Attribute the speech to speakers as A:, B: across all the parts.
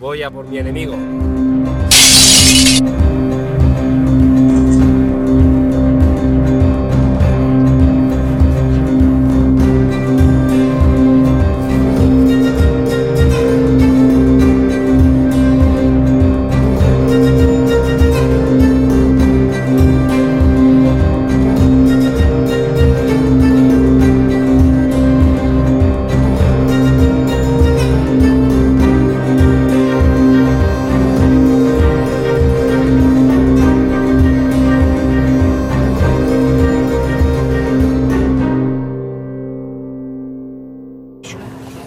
A: Voy a por mi enemigo.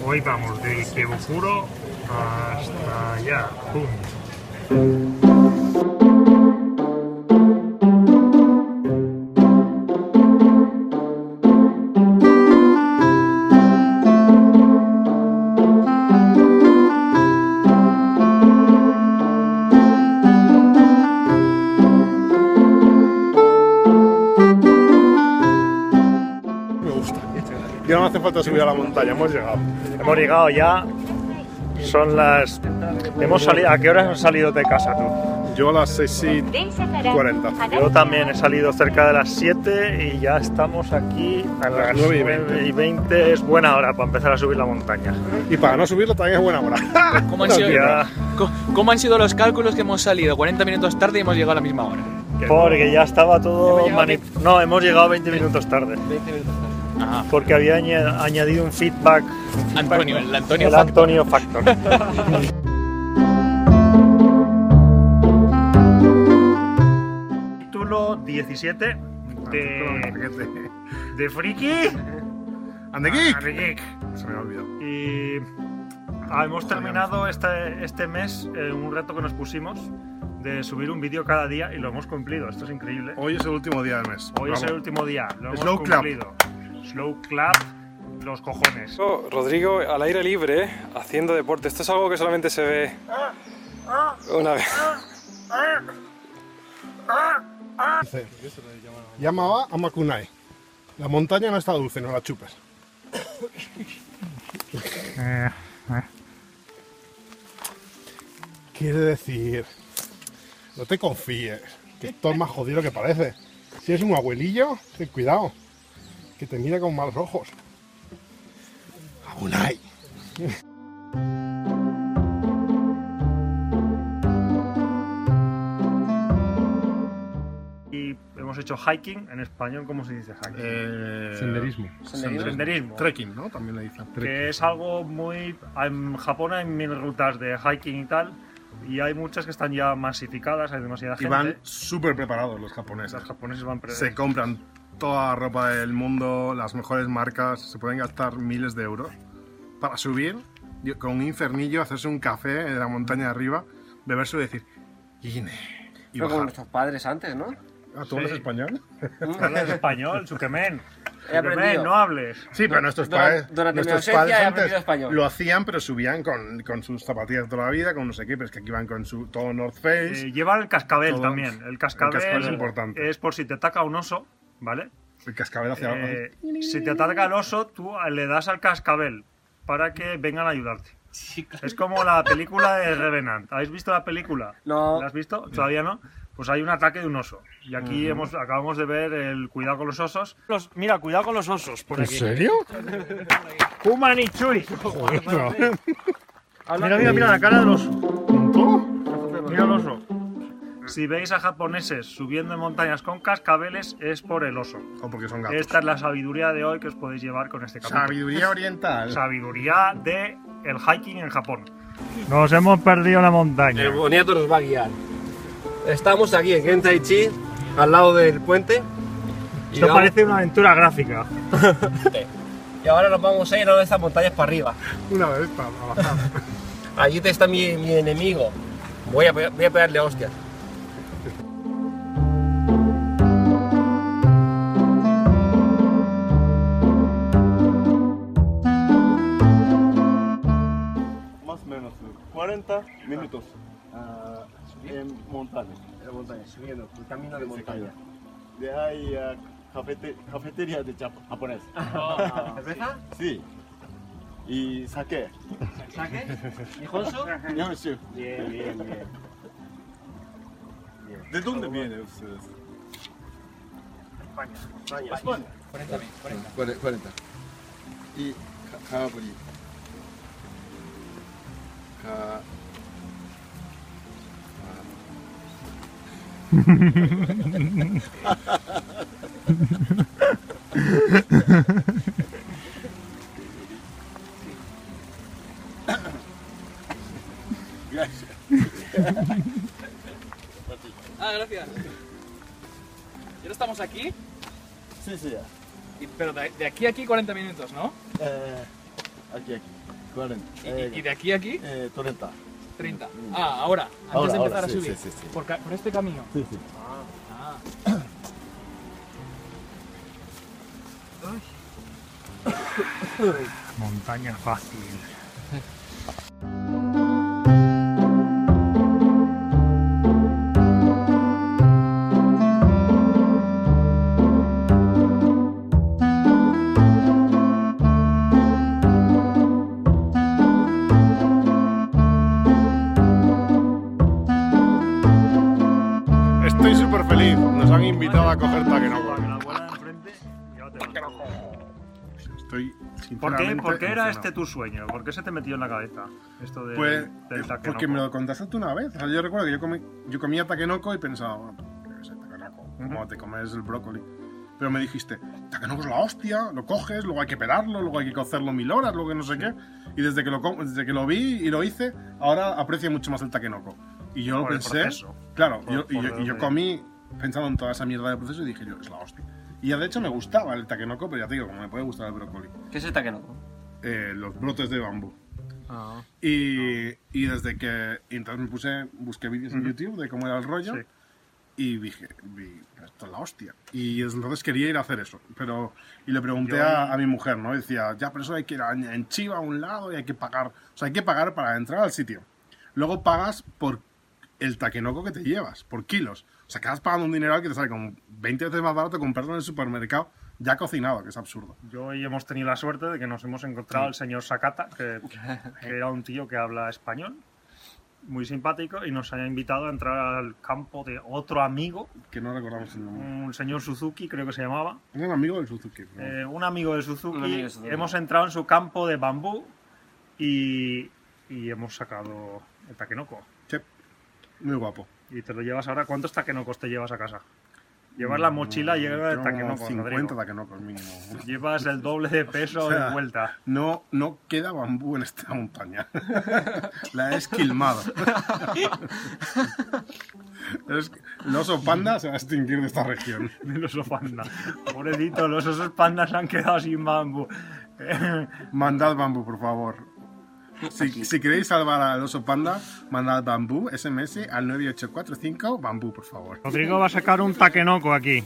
B: Hoy vamos de Ikebukuro hasta allá. ¡Pum!
C: Me gusta. Ya no hace falta subir a la montaña, hemos llegado.
B: Hemos llegado ya. Son las. Hemos salido. ¿A qué horas has salido de casa tú?
C: Yo a las 6 y 40.
B: Yo también he salido cerca de las 7 y ya estamos aquí a
C: las
B: las
C: nueve y
B: 9 y 20. Es buena hora para empezar a subir la montaña.
C: Y para no subirlo también es buena hora.
D: ¿Cómo han, sido,
B: Ya.
D: co- ¿Cómo han sido los cálculos que hemos salido? 40 minutos tarde y hemos llegado a la misma hora.
B: Porque ya estaba todo.
D: Hemos llegado
B: mani- No, hemos llegado 20 minutos tarde.
D: Ah,
B: Porque había aña- añadido un feedback.
D: Antonio, el Antonio
B: el
D: Factor.
B: Antonio Factor. Título 17
C: Eh,
B: de, de Friki.
C: And the geek.
B: Ah, de Geek.
C: Se me ha olvidado.
B: Y ah, hemos terminado este, este mes eh, un reto que nos pusimos de subir un vídeo cada día y lo hemos cumplido. Esto es increíble.
C: Hoy es el último día del mes.
B: Hoy es
C: Bravo.
B: el último día. Lo
C: Slow
B: hemos
C: clap.
B: cumplido. Slow clap. Los cojones.
A: Rodrigo al aire libre haciendo deporte. Esto es algo que solamente se ve una vez.
C: Dice, Llamaba a Makunai. La montaña no está dulce, no la chupes. Quiere decir, no te confíes, que esto es más jodido que parece. Si es un abuelillo, ten cuidado, que te mira con malos ojos. Abunai.
B: Y hemos hecho hiking, en español, ¿cómo se dice hiking?
C: senderismo.
B: Senderismo.
C: Eh, Trekking, ¿no? También le dicen.
B: que es algo muy... En Japón hay mil rutas de hiking y tal, y hay muchas que están ya masificadas, hay demasiada
C: Y
B: gente.
C: van súper preparados los japoneses.
B: Los japoneses van... pre-
C: Se compran toda la ropa del mundo, las mejores marcas, se pueden gastar miles de euros para subir y con un infernillo, hacerse un café en la montaña de arriba, beberse y decir, "Ine", Y
E: Pero como
C: bajar.
E: nuestros padres antes, ¿no?
C: ¿Ah, ¿Tú hablas
B: Sí.
C: español?
B: Habla en español, Sukemen.
E: He
B: Sukemen,
E: aprendido.
B: no hables.
C: Sí, pero nuestros
E: Durante-
C: padres,
E: durante mi
C: nuestros
E: ausencia he
C: padres antes
E: aprendido español.
C: lo hacían, pero subían con, con sus zapatillas de toda la vida, con no sé qué, pero es que aquí van con su, todo North Face,
B: Eh, lleva el cascabel
C: Todo-
B: también. El cascabel,
C: el cascabel es importante.
B: es por si te ataca un oso, ¿vale?
C: el cascabel hacia abajo.
B: Eh, si te ataca el oso, tú le das al cascabel para que vengan a ayudarte. Es como la película de Revenant. ¿Habéis visto la película?
E: No.
B: ¿La has visto? Todavía no. Pues hay un ataque de un oso. Y aquí hemos, acabamos de ver el cuidado con los osos. mira, cuidado con los osos. Por aquí.
C: serio?
B: Kumanichuy.
C: Joder, no.
B: Mira, mira, mira la cara del oso.
C: ¿Punto?
B: Mira el oso. Si veis a japoneses subiendo en montañas con cascabeles, es por el oso.
C: O porque son gatos.
B: Esta es la sabiduría de hoy que os podéis llevar con este capítulo.
C: Sabiduría oriental.
B: sabiduría de el hiking en Japón. Nos hemos perdido la montaña.
A: El boniato nos va a guiar. Estamos aquí en Gentaichi, al lado del puente. Y,
B: Esto
A: vamos-
B: parece una aventura gráfica.
A: y ahora nos vamos a ir a una de estas montañas para arriba.
C: Una vez para bajar.
A: Allí te está mi, mi enemigo. Voy a, pe- voy a pegarle hostias.
F: más o menos 40 minutos ah, en montaña.
A: La montaña, subiendo, el camino de montaña.
F: De ahí a cafete- cafetería de chap- japonés.
A: ¿Cerveza?
F: Sí. y saqué.
A: ¿Y Honsu?
F: Yo me sigo.
A: Bien, bien, bien.
F: ¿De dónde vienen ustedes? España. España.
E: 40, 40. Y Cabri. Ca...
F: Gracias.
D: Ah, gracias. Y ahora estamos aquí,
F: Sí, sí, ya.
D: y- pero de, de aquí a aquí 40 minutos, ¿no?
F: Eh, aquí, aquí. 40.
D: Y,
F: Eh,
D: y- y de aquí a aquí
F: eh, 30.
D: 30. Ah, ahora, antes
F: Ahora,
D: de empezar
F: ahora,
D: a
F: sí,
D: subir.
F: sí, sí, sí.
D: Por, ca- por este camino.
F: Sí, sí.
D: Ah.
B: Montaña fácil.
C: Estoy súper feliz. Nos han invitado a
B: Para
C: coger
B: que
C: taquenoco.
B: la abuela de enfrente, llévatela.
C: Estoy
B: ¿Por qué,
C: sinceramente
B: por qué era este
C: emocionado.
B: tu sueño? ¿Por qué se te metió en la cabeza esto de,
C: Pues,
B: del
C: eh, porque
B: takenoko?
C: me lo contaste tú una vez. O sea, yo recuerdo que yo, comí- yo comía taquenoco y pensaba, bueno, yo qué sé, taquenoco, como te comes el brócoli. Pero me dijiste, taquenoco es la hostia, lo coges, luego hay que pelarlo, luego hay que cocerlo mil horas, luego que no sé qué. Y desde que lo, com- desde que lo vi y lo hice, ahora aprecio mucho más el taquenoco. Y yo lo
B: Por el
C: pensé,
B: proceso.
C: claro,
B: Por-
C: yo,
B: por
C: y, yo, y yo
B: dónde-
C: comí pensando en toda esa mierda de proceso y dije yo, es la hostia. Y ya de hecho me gustaba el taquenoco, pero ya te digo, como me puede gustar el brócoli
G: ¿Qué es el taquenoco?
C: eh, los brotes de bambú.
B: Ah.
C: Y, y desde que. y entonces me puse. Busqué vídeos en YouTube de cómo era el rollo.
B: Sí.
C: Y dije, vi, esto es la hostia. Y entonces quería ir a hacer eso. pero Y le pregunté
B: Yo-
C: a, a mi mujer, ¿no? Y decía, ya, pero eso hay que ir a- en Chiva a un lado y hay que pagar. O sea, hay que pagar para entrar al sitio. Luego pagas por el taquenoco que te llevas, por kilos. O sea, acabas pagando un dineral que te sale como 20 veces más barato comprarlo en el supermercado ya cocinado, que es absurdo.
B: Yo y hemos tenido la suerte de que nos hemos encontrado al señor Sakata, que, que era un tío que habla español, muy simpático, y nos ha invitado a entrar al campo de otro amigo,
C: Que no recordamos el nombre.
B: un señor Suzuki creo que se llamaba,
C: Era un amigo del Suzuki. ¿no?
B: Eh, un amigo de Suzuki.
G: Un amigo de Suzuki.
B: Hemos entrado en su campo de bambú y, y hemos sacado el taquenoco.
C: Sí. Muy guapo.
B: Y te lo llevas ahora. ¿Cuántos taquenocos te llevas a casa? Llevas la mochila llena de
C: Tengo como
B: taquenocos,
C: 50
B: Rodrigo.
C: taquenocos mínimo.
B: Llevas el doble de peso
C: O sea,
B: de vuelta.
C: No, no queda bambú en esta montaña. La he esquilmado. Es- el oso panda se va a extinguir de esta región.
B: Del oso panda. Pobrecito, los osos pandas se han quedado sin bambú.
C: Mandad bambú, por favor. Si, si queréis salvar al oso panda, mandad bambú SMS al 9845 bambú, por favor.
B: Rodrigo va a sacar un taquenoco aquí.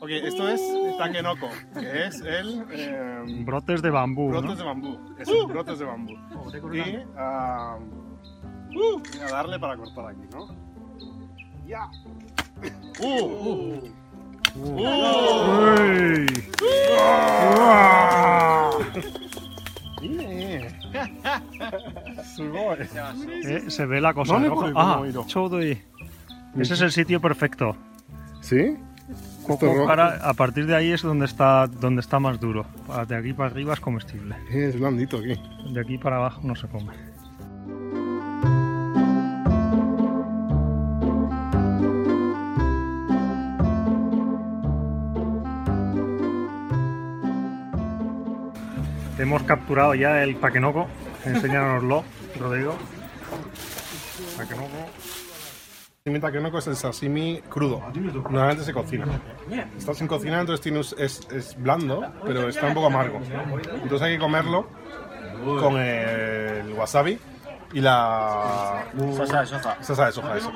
C: Ok, esto es taquenoco, que es el... eh,
B: Brotes de bambú.
C: Brotes de bambú. Eso, brotes de bambú. Y ah, voy a darle para cortar aquí, ¿no? ¡Ya! ¡Uh! Ah. ¡Mire! ¡Sugoi!
B: Eh, se ve la cosa.
C: ¿Dónde roja. pone Ah, como hilo?
B: Ese es el sitio perfecto.
C: ¿Sí? Esto
B: Coco
C: rojo.
B: para- a partir de ahí es donde está, donde está más duro. Pa- De aquí para arriba es comestible.
C: Es blandito aquí.
B: De aquí para abajo no se come. Hemos capturado ya el taquenoco. Enséñanoslo, Rodrigo. Taquenoco.
C: El sashimi takenoko es el sashimi crudo. Normalmente se cocina. Está sin cocinar, entonces tiene un- es, es blando, pero está un poco amargo. Entonces hay que comerlo con el wasabi y la
F: Sasha, Sasha.
C: salsa de soja. Eso.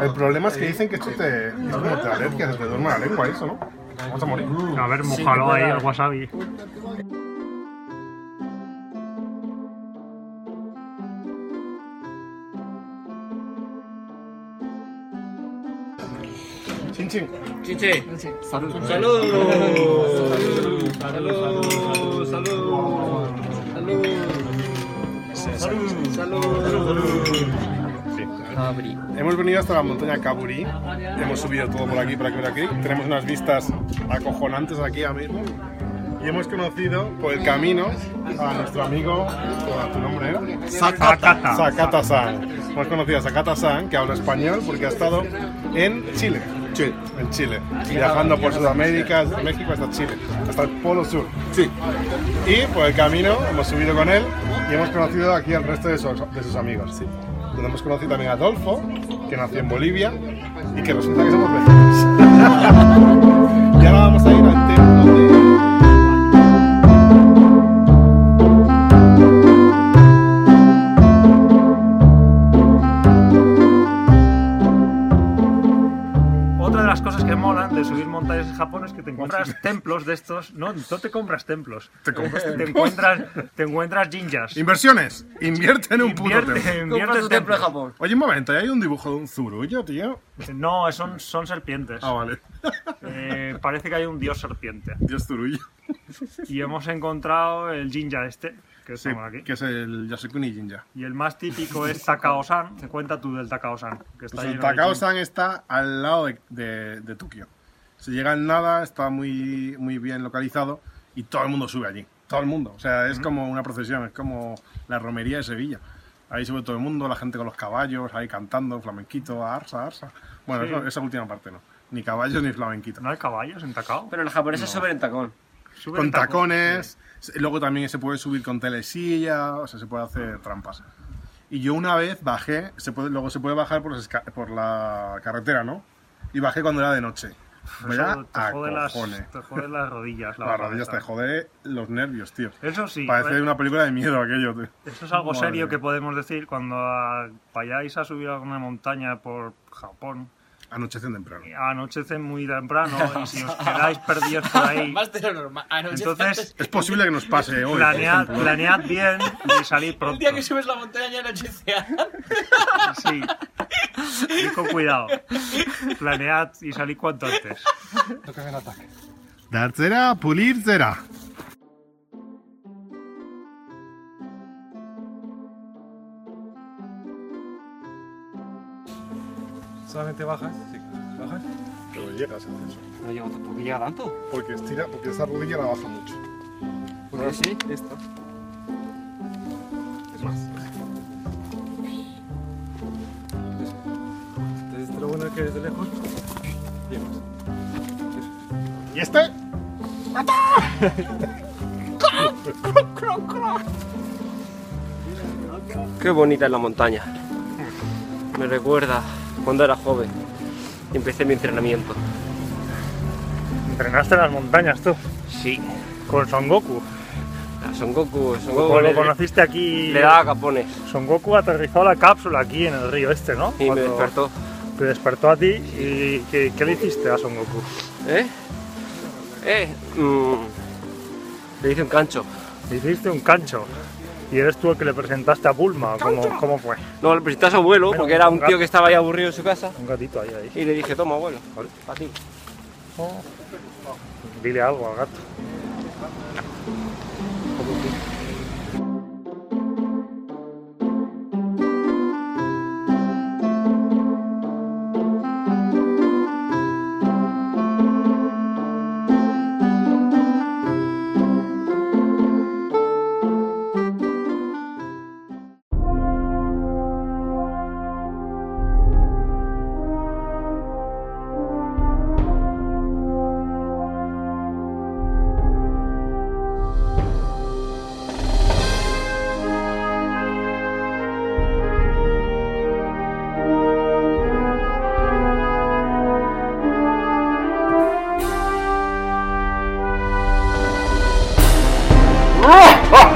C: El problema es que dicen que esto te, que esto te da alergia, que te duerme la lengua, eso, ¿no? Vamos a morir.
B: A ver, mojalo ahí el wasabi.
C: Chin, chin.
A: Chinche.
G: Salud.
A: Salud. Salud. Salud. Salud. Salud. Salud.
G: Cabri.
C: Hemos venido hasta la montaña Caburi, hemos subido todo por aquí, por aquí, por aquí. Tenemos unas vistas acojonantes aquí ahora mismo. Y hemos conocido por el camino a nuestro amigo, ¿tu nombre era?
B: Sakata.
C: Sakata-san. Hemos conocido a Sakata-san, que habla español, porque ha estado en Chile. Sí, en Chile. Viajando por Sudamérica, México hasta Chile, hasta el Polo Sur.
E: Sí.
C: Y por el camino hemos subido con él y hemos conocido aquí al resto de sus, de sus amigos. Donde hemos conocido también a Adolfo, que nació en Bolivia y que resulta que somos vecinos. y ahora vamos a ir al templo de...
B: Otra de las cosas que molan de subir montañas en Japón es que te encuentras templos de estos. No, no te compras templos.
C: Te compras
B: te
C: templos.
B: encuentras, te encuentras ninjas.
C: Inversiones. Invierte en un puto
B: Invierte-
C: templo.
B: invierte
G: Compra tu templo de
B: templos.
G: Japón.
C: Oye, un momento, ¿ahí hay un dibujo de un zurullo, tío?
B: No, son, son serpientes.
C: Ah, vale.
B: Eh, parece que hay un dios serpiente.
C: Dios zurullo.
B: Y hemos encontrado el ninja este, que
C: Sí,
B: tengo aquí.
C: que es el Yasukuni Jinja.
B: Y el más típico es Takao-san. Cuenta tú del Takao-san. Que está
C: Pues el
B: lleno de
C: Takao-san está al lado de, de- de Tokio. Se llega en nada, está muy, muy bien localizado y todo el mundo sube allí. Todo el mundo. O sea, es como una procesión, es como la romería de Sevilla. Ahí sube todo el mundo, la gente con los caballos, ahí cantando, flamenquito, arsa, arsa. Bueno,
B: Sí.
C: eso- esa última parte no. Ni caballos ni flamenquito.
B: kin- ¿No hay caballos en Takao?
G: Pero los japoneses suben en tacón.
B: Sube
C: con
B: el Takao.
C: tacones. Luego también se puede subir con telesilla, o sea, se puede hacer trampas. Y yo una vez bajé, se puede, luego se puede bajar por, las esca- por la carretera, ¿no? Y bajé cuando era de noche.
B: Pues Eso
C: Me da
B: te,
C: a
B: jode las,
C: cojones.
B: te jode las rodillas. La
C: Las
B: verdad,
C: rodillas te
B: está.
C: jode los nervios, tío.
B: Eso sí,
C: Parece
B: eh,
C: una película de miedo aquello, tío.
B: eso es algo
C: Madre
B: serio
C: mía.
B: que podemos decir cuando ah, vayáis a subir a alguna montaña por Japón.
C: Anochece temprano.
B: Anochece muy temprano y si os quedáis perdidos por ahí,
G: Más de lo normal. Anoche
B: entonces
C: Es posible que nos pase hoy. por
B: planead,
C: ejemplo.
B: planead bien y salid pronto.
G: El día que subes la montaña ya anochece.
B: Sí. Y con cuidado. Planead y salid cuanto antes.
C: Dar cera, pulir cera.
A: Solamente bajas. Sí. Bajas.
C: Pero llegas a eso.
G: No llego tampoco llega tanto.
C: Porque estira, porque esa rodilla la baja mucho. Pues
G: Porque sí.
E: Esto.
C: Es más.
A: Entonces, este lo bueno es que desde lejos. Llegas.
C: ¿Y este?
H: Qué bonita es la montaña. Me recuerda cuando era joven y empecé mi entrenamiento.
B: Entrenaste en las montañas tú,
H: Sí.
B: con Son Goku.
H: A Son Goku, Son
B: O
H: Goku
B: lo
H: Oh, le,
B: conociste aquí.
H: le daba capones
B: Son Goku aterrizó la cápsula aquí en el río este, ¿no?
H: y me
B: Cuando
H: despertó.
B: Te despertó a ti y ¿qué, qué le hiciste a Son Goku?
H: ¿Eh? ¿Eh? mm, le hice un cancho.
B: Le hiciste un cancho. Y eres tú el que le presentaste a Bulma, ¿o ¿cómo, cómo fue?
H: No, le presenté a su abuelo
B: Bueno,
H: porque era un
B: un gato.
H: tío que estaba ahí aburrido en su casa
B: Un gatito ahí, ahí.
H: y le dije, toma abuelo, a ti.
B: Dile algo al gato.